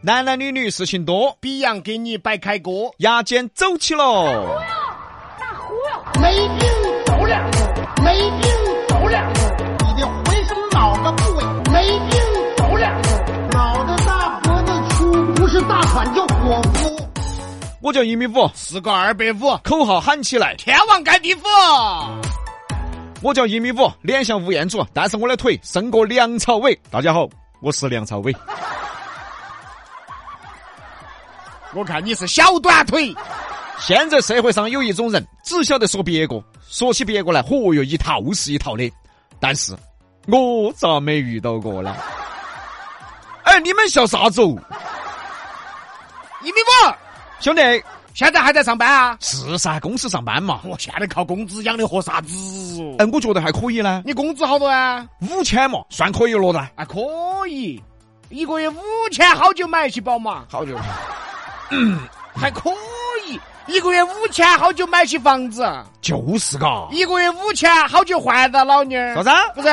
男男女女事情多，比洋给你摆开锅。牙尖走起喽！大忽悠，没病走两步，没病走两步，你的浑身脑子部位，没病走两步，脑袋大脖子粗，不是大款叫伙夫，我就一米五，是个二百五，口号喊起来。天王盖地虎。我就一米五，脸像吴彦祖，但是我的腿胜过梁朝伟。大家好，我是梁朝伟。我看你是小短腿，现在社会上有一种人，只晓得说别个，说起别个来，嚯哟，一套是一套的。但是，我咋没遇到过呢？哎，你们笑啥子哦？一米五，兄弟，现在还在上班啊？是噻，公司上班嘛。我现在靠工资养的活啥子？嗯，我觉得还可以呢，你工资好多啊？五千嘛，算可以了呢。啊，可以，一个月五千，好久买得起宝马？好久，还可以，一个月五千，好久买起房子；就是嘎。一个月五千，好久换得到老妞儿。啥子？不是，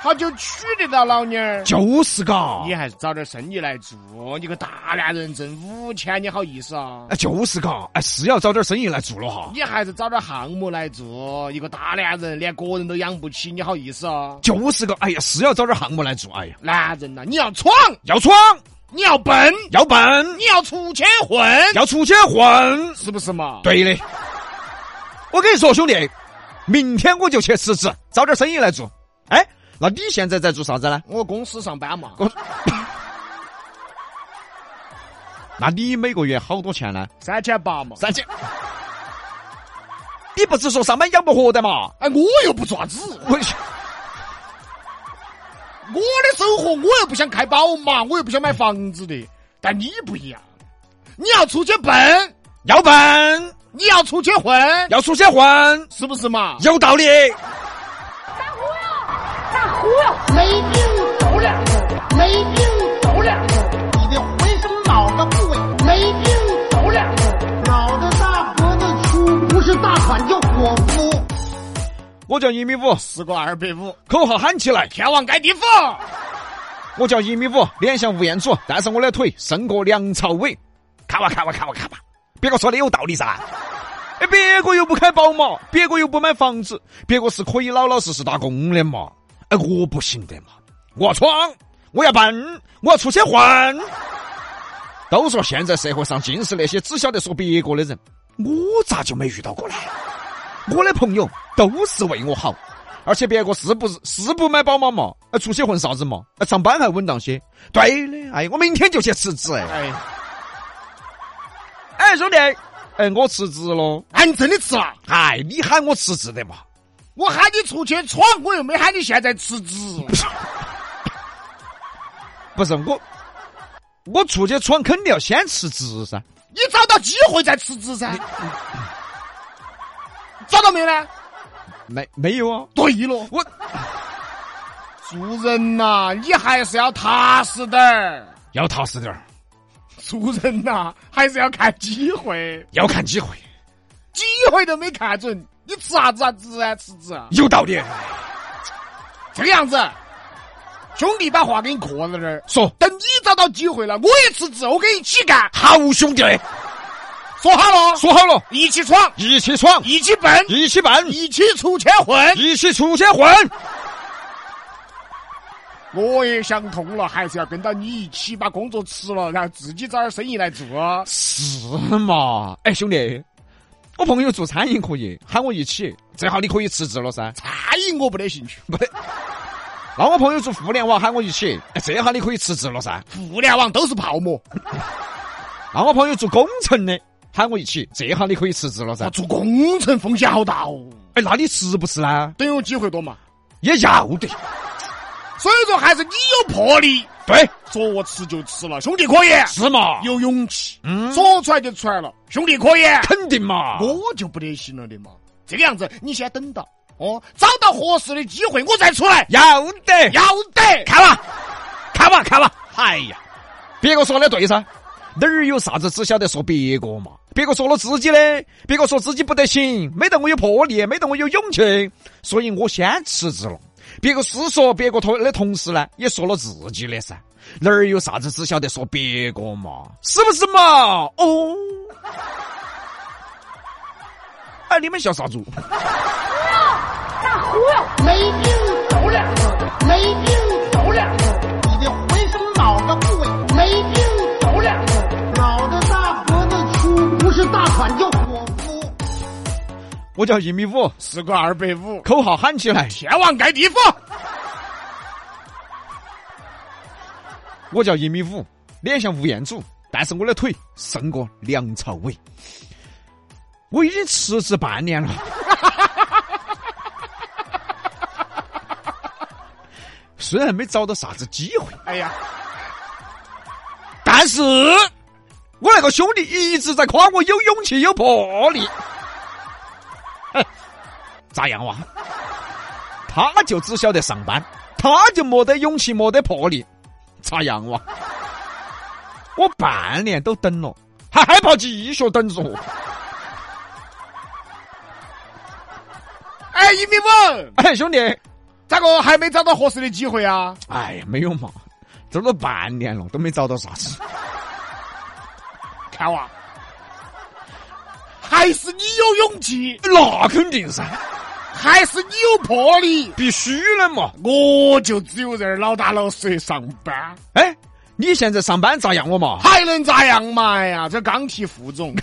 好久娶得到老妞儿。就是嘎。你还是找点生意来做，你个大男人挣五千，你好意思啊？哎，就是嘎。哎，是要找点生意来做了哈。你还是找点项目来做，一个大男人连个人都养不起，你好意思啊？就是个，哎呀，是要找点项目来做。哎呀，男人呐、你要闯，要闯，你要奔，要奔，你要出去混，要出去混。是不是嘛？对的。我跟你说，兄弟，明天我就去辞职，找点生意来做。哎，那你现在在做啥子呢？我公司上班嘛，那你每个月好多钱呢？三千八嘛。三千。你不是说上班养不活的嘛？哎，我又不爪子。我我的生活我又不想开宝马，我又不想买房子的。但你不一样，你要出去奔，要奔，你要出去混，要出去混，是不是嘛？有道理。大忽悠，没病走两步，没病走两步，你的浑身脑袋部位，没病走两步，脑袋大脖子粗，不是大款叫伙夫，我叫一米五，是个二百五，口号喊起来。天王盖地虎。我叫一米五，脸像吴彦祖，但是我的腿胜过梁朝伟。看哇看哇看哇看哇，别个说的有道理噻。哎，别个又不开宝马，别个又不买房子，别个是可以老老实实打工的嘛。哎，我不行的嘛，我要闯，我要奔，我要出去混。都说现在社会上尽是那些只晓得说别个的人，我咋就没遇到过呢？我的朋友都是为我好，而且别个是不是是不买宝马嘛？哎，出去混啥子嘛？哎，上班还稳当些。对的，哎，我明天就去辞职。哎，哎，哎，兄弟，哎，我辞职了。哎，你真的吃了？哎，你喊我辞职的嘛？ 我喊你出去闯，我又没喊你现在辞职。不是我，我出去闯肯定要先辞职噻。你找到机会再辞职噻。找到没有呢？没没有啊？对了，我做人呐、你还是要踏实点儿。要踏实点儿，做人呐、还是要看机会，要看机会，机会都没看准，你吃啥子啥子啊？吃子啊？有道理。这个样子，兄弟把话给你刻在这儿，说，等你找到机会了，我也辞职，我跟你一起干，好兄弟，说好了，说好了，一起闯，一起闯，一起奔，一起办，一起出去混。一起出去混。我也想通了，还是要跟到你一起把工作辞了，然后自己找点生意来做。是嘛？哎，兄弟，我朋友做餐饮可以，喊我一起，这下你可以辞职了噻。餐饮我不得兴趣，不得，那我朋友做互联网喊我一起，哎，这下你可以辞职了噻。互联网都是泡沫。那我朋友做工程的喊我一起，这下你可以辞职了噻我。做工程风险好大哦，哎，那你辞不辞呢？等有机会多嘛。也要得，所以说还是你有魄力，对，说我吃就吃了，兄弟可以，是嘛？有勇气，嗯说出来就出来了，兄弟可以，肯定嘛。我就不得行了的嘛。这个样子，你先等到哦，找到合适的机会我再出来，要得，要得。看吧，看吧，看吧。哎呀，别个说的对噻，哪儿有啥子只晓得说别个嘛？别个说了自己的，别个说自己不得行，没得我有魄力，没得我有勇气，所以我先辞职了。别个是说别个同的同时呢，也说了自己的噻，哪儿有啥子只晓得说别个嘛？是不是嘛？哦，哎，你们笑啥子？大忽悠，没病走两步，没病走两步，你的浑身脑子部位没病走两步，脑袋大脖子粗，不是大款叫伙夫。我叫一米五，四个二百五，口号喊起来，天王盖地虎。我叫一米五，脸像吴彦祖，但是我的腿胜过梁朝伟。我已经辞职半年了， 虽然没找到啥子机会，哎呀，但是我那个兄弟一直在夸我有勇气、有魄力。 哼咋样哇？他就只晓得上班，他就没得勇气、没得魄力，咋样哇？我半年都等了，还害怕继续等着我。哎，一米五， 哎，兄弟，咋个还没找到合适的机会啊？哎呀，没有嘛，这都半年了，都没找到啥子。看哇，还是你有勇气，那肯定噻，还是你有魄力。必须的嘛。我就只有这儿老大老实的上班，哎，你现在上班咋样我嘛？还能咋样嘛哎呀？这刚提副总，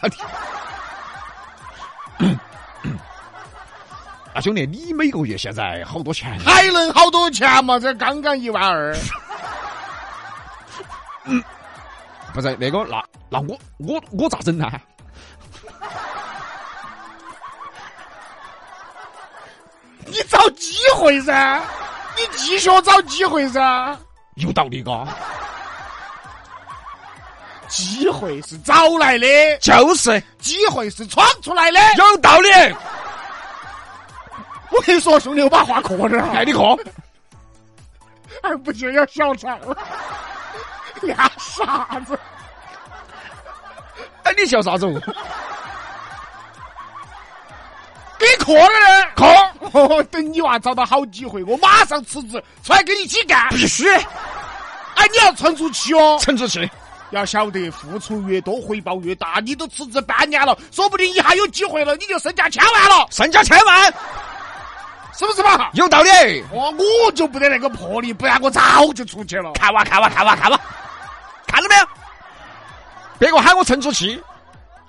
啊，兄弟，你每个月现在好多钱？还能好多钱嘛？这刚刚一万二，不是那个，那那我我我咋整呢？你找机会噻，你继续找机会噻。有道理嘎，机会是找来的，就是机会是闯出来的。有道理。我跟你说，兄弟，我把话搁这儿啊哎爱，你课，二不行要笑场了， 俩傻子。哎，你笑啥子？给磕了呢，磕！哦，等你娃找到好机会，我马上辞职，出来跟你一起干。必须哎，你要沉住气哦，沉住气。要晓得付出越多回报越大。你都辞职半年了，说不定一下有机会了，你就身价千万了，身家千万，是不是嘛？有道理。哦，我就不得那个魄力，不然我早就出去了。看哇看哇看哇看哇，看到没有？别个喊我沉住气，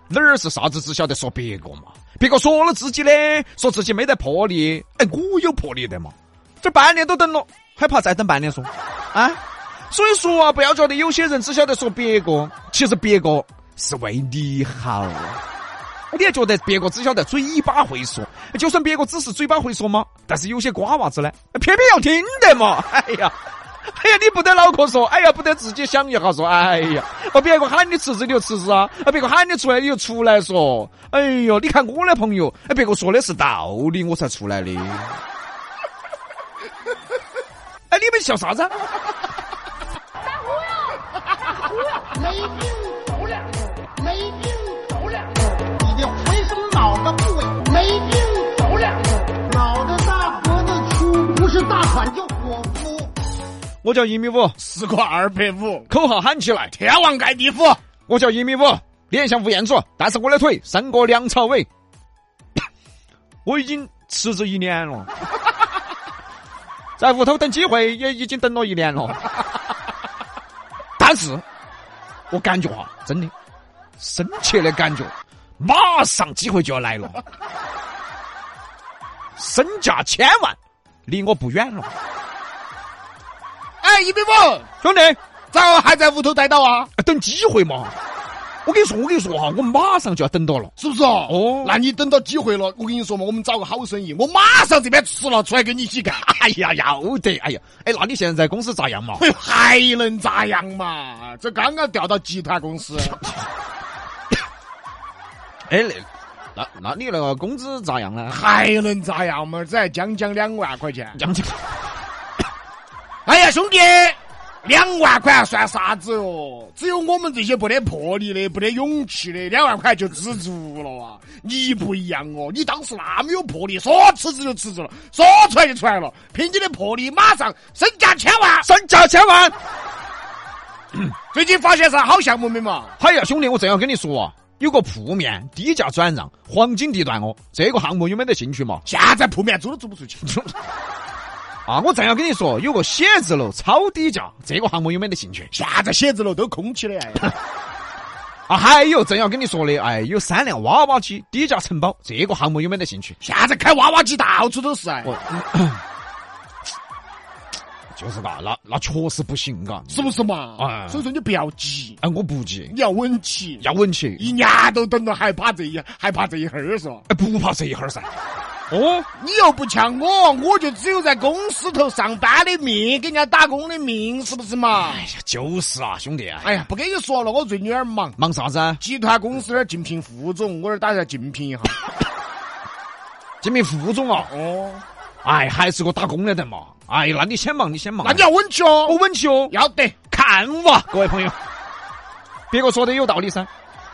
哪儿是啥子只晓得说别个嘛？别个说了自己的，说自己没得魄力，哎，我有魄力的嘛？这半年都等了，还怕再等半年说？啊？所以说啊，不要觉得有些人只晓得说别个，其实别个是为你好。你还觉得别个只晓得嘴巴会说，就算别个只是嘴巴会说吗？但是有些瓜娃子呢，偏偏要听得嘛。哎呀，哎呀，你不得脑壳说，哎呀，不得自己想一下说，哎呀，哦，别个喊你辞职你就辞职啊，啊，别个喊你出来你就出来说，哎呦，你看我的朋友，哎，别个说的是道理，我才出来的。 哎，你们笑啥子啊？没病走两步，没病走两步，你的浑身脑子部位没病走两步，脑袋大脖子粗，不是大款叫伙夫。我叫一米五，四个二百五，口号喊起来。天王盖地虎。我叫一米五，脸像吴彦祖，但是我的腿胜过梁朝伟。 我已经辞职一年了，在屋头等机会也已经等了一年了。但是，我感觉啊，真的，深切的感觉，马上机会就要来了，身价千万，离我不远了，哎，一米五，兄弟，咋个还在屋头待到啊？等机会嘛。我跟你说，我跟你说哈，我马上就要等到了。是不是哦？哦那你等到机会了，我跟你说嘛，我们找个好生意，我马上这边辞了，出来跟你一起干。哎呀，要得！哎呀，哎，那你现在在公司咋样嘛？哎呦，还能咋样嘛？这刚刚调到集团公司， 哎，那那那你那个工资咋样呢？还能咋样嘛？这将将两万块钱。杨姐，哎呀，兄弟，两万块算啥子哦？只有我们这些没得魄力的、没得勇气的，两万块就知足了啊！你不一样哦，你当时那么有魄力，说辞职就辞职了，说出来就出来了，凭你的魄力，马上身价千万。身价千万！最近发现啥好项目没嘛？哎呀，兄弟，我正要跟你说啊，有个铺面低价转让，黄金地段哦，这个项目有没得兴趣嘛？现在铺面租都租不出去，啊，我正要跟你说，有个写字楼超低价，这个项目有没得兴趣？现在写字楼都空起的。哎啊，还有正要跟你说的，哎，有三辆娃娃机低价承包，这个项目有没得兴趣？现在开娃娃机到处都是哎，我，就是嘎，那那确实不行嘎。是不是嘛？哎所以说你不要急，哎，我不急，你要稳起。要稳起，一年都等到，还怕这一还怕这一会儿是吧？哎，不怕这一会儿噻。哦，你又不像我，我就只有在公司头上班的命，给人家打工的命，是不是嘛？哎呀，就是啊，兄弟，哎呀，不跟你说了，我最近有点忙，忙啥子？啊？集团公司那儿竞聘副总，我这儿打算竞聘一下。这名副总啊，哦，哎，还是个打工的人嘛。哎，那你先忙，你先忙。那你要稳起哦，我稳起哦，要得。看我，各位朋友，别个说的有道理噻。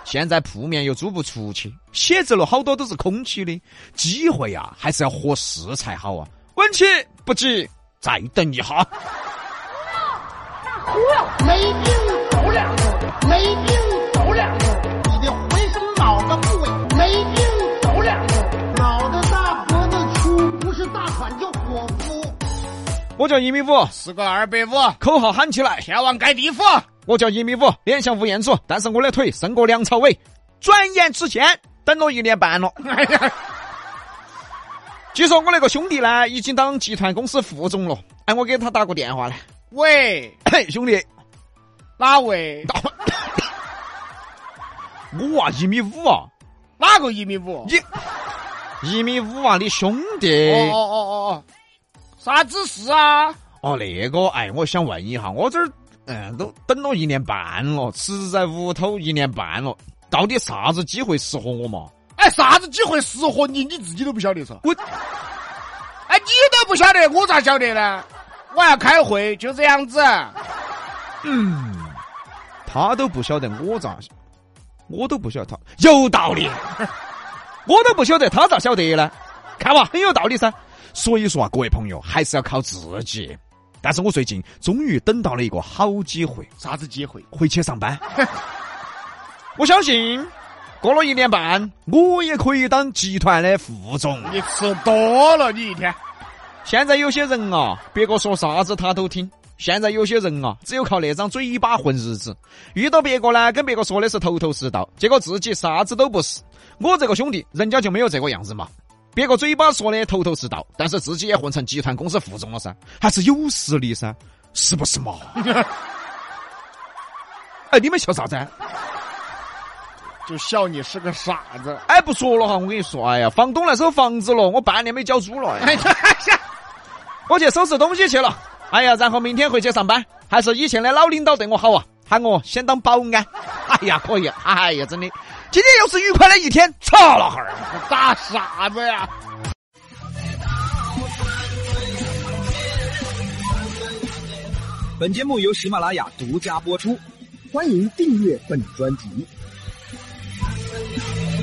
现在铺面又租不出去，写字楼好多都是空起的，机会呀、还是要合适才好啊。稳起不急，再等一下。忽悠，没病走两步，没病走两步，你的浑身脑子部位没病走两步，脑袋大脖子粗，不是大款就伙夫。我叫一米五，是个二百五，口号喊起来。天王盖地虎。我叫一米五，脸像吴彦祖，但是我的腿胜过梁朝伟。转眼之间，等了一年半了。哎呀，据说我那个兄弟呢，已经当集团公司副总了。哎，我给他打过电话呢。 喂，嘿，兄弟，哪位？ 我啊一米五啊，哪个一米五？你一米五啊，你兄弟。哦哦哦哦哦，啥子事啊？哦，那个，哎，我想问一下，我这儿，嗯，都等了一年半了，吃在屋头一年半了，到底啥子机会适合我嘛？哎，啥子机会适合你，你自己都不晓得嗦。我哎，你都不晓得，我咋晓得呢？我要开会，就这样子。嗯他都不晓得我咋，我都不晓得他有道理，我都不晓得他咋晓得呢？看嘛，很有道理噻。所以说啊，各位朋友还是要靠自己。但是我最近终于等到了一个好机会，啥子机会？回去上班。我相信，过了一年半，我也可以当集团的副总。你吃多了，你一天。现在有些人啊，别个说啥子他都听。现在有些人啊，只有靠那张嘴巴混日子。遇到别个呢，跟别个说的是头头是道，结果自己啥子都不是。我这个兄弟，人家就没有这个样子嘛。别个嘴巴说的头头是道，但是自己也混成集团公司副总了噻，还是有实力噻，是不是嘛？哎，你们笑啥子？就笑你是个傻子。哎，不说了哈，我跟你说，哎呀，房东来收房子了，我半年没交租了。哎哎呀，我去收拾东西去了。哎呀，然后明天回去上班，还是以前的老领导对我好啊，喊我先当保安。哎呀，可以，哎呀，真的，今天又是愉快的一天，操了哈儿。大傻子呀！本节目由喜马拉雅独家播出。欢迎订阅本专辑。 Thank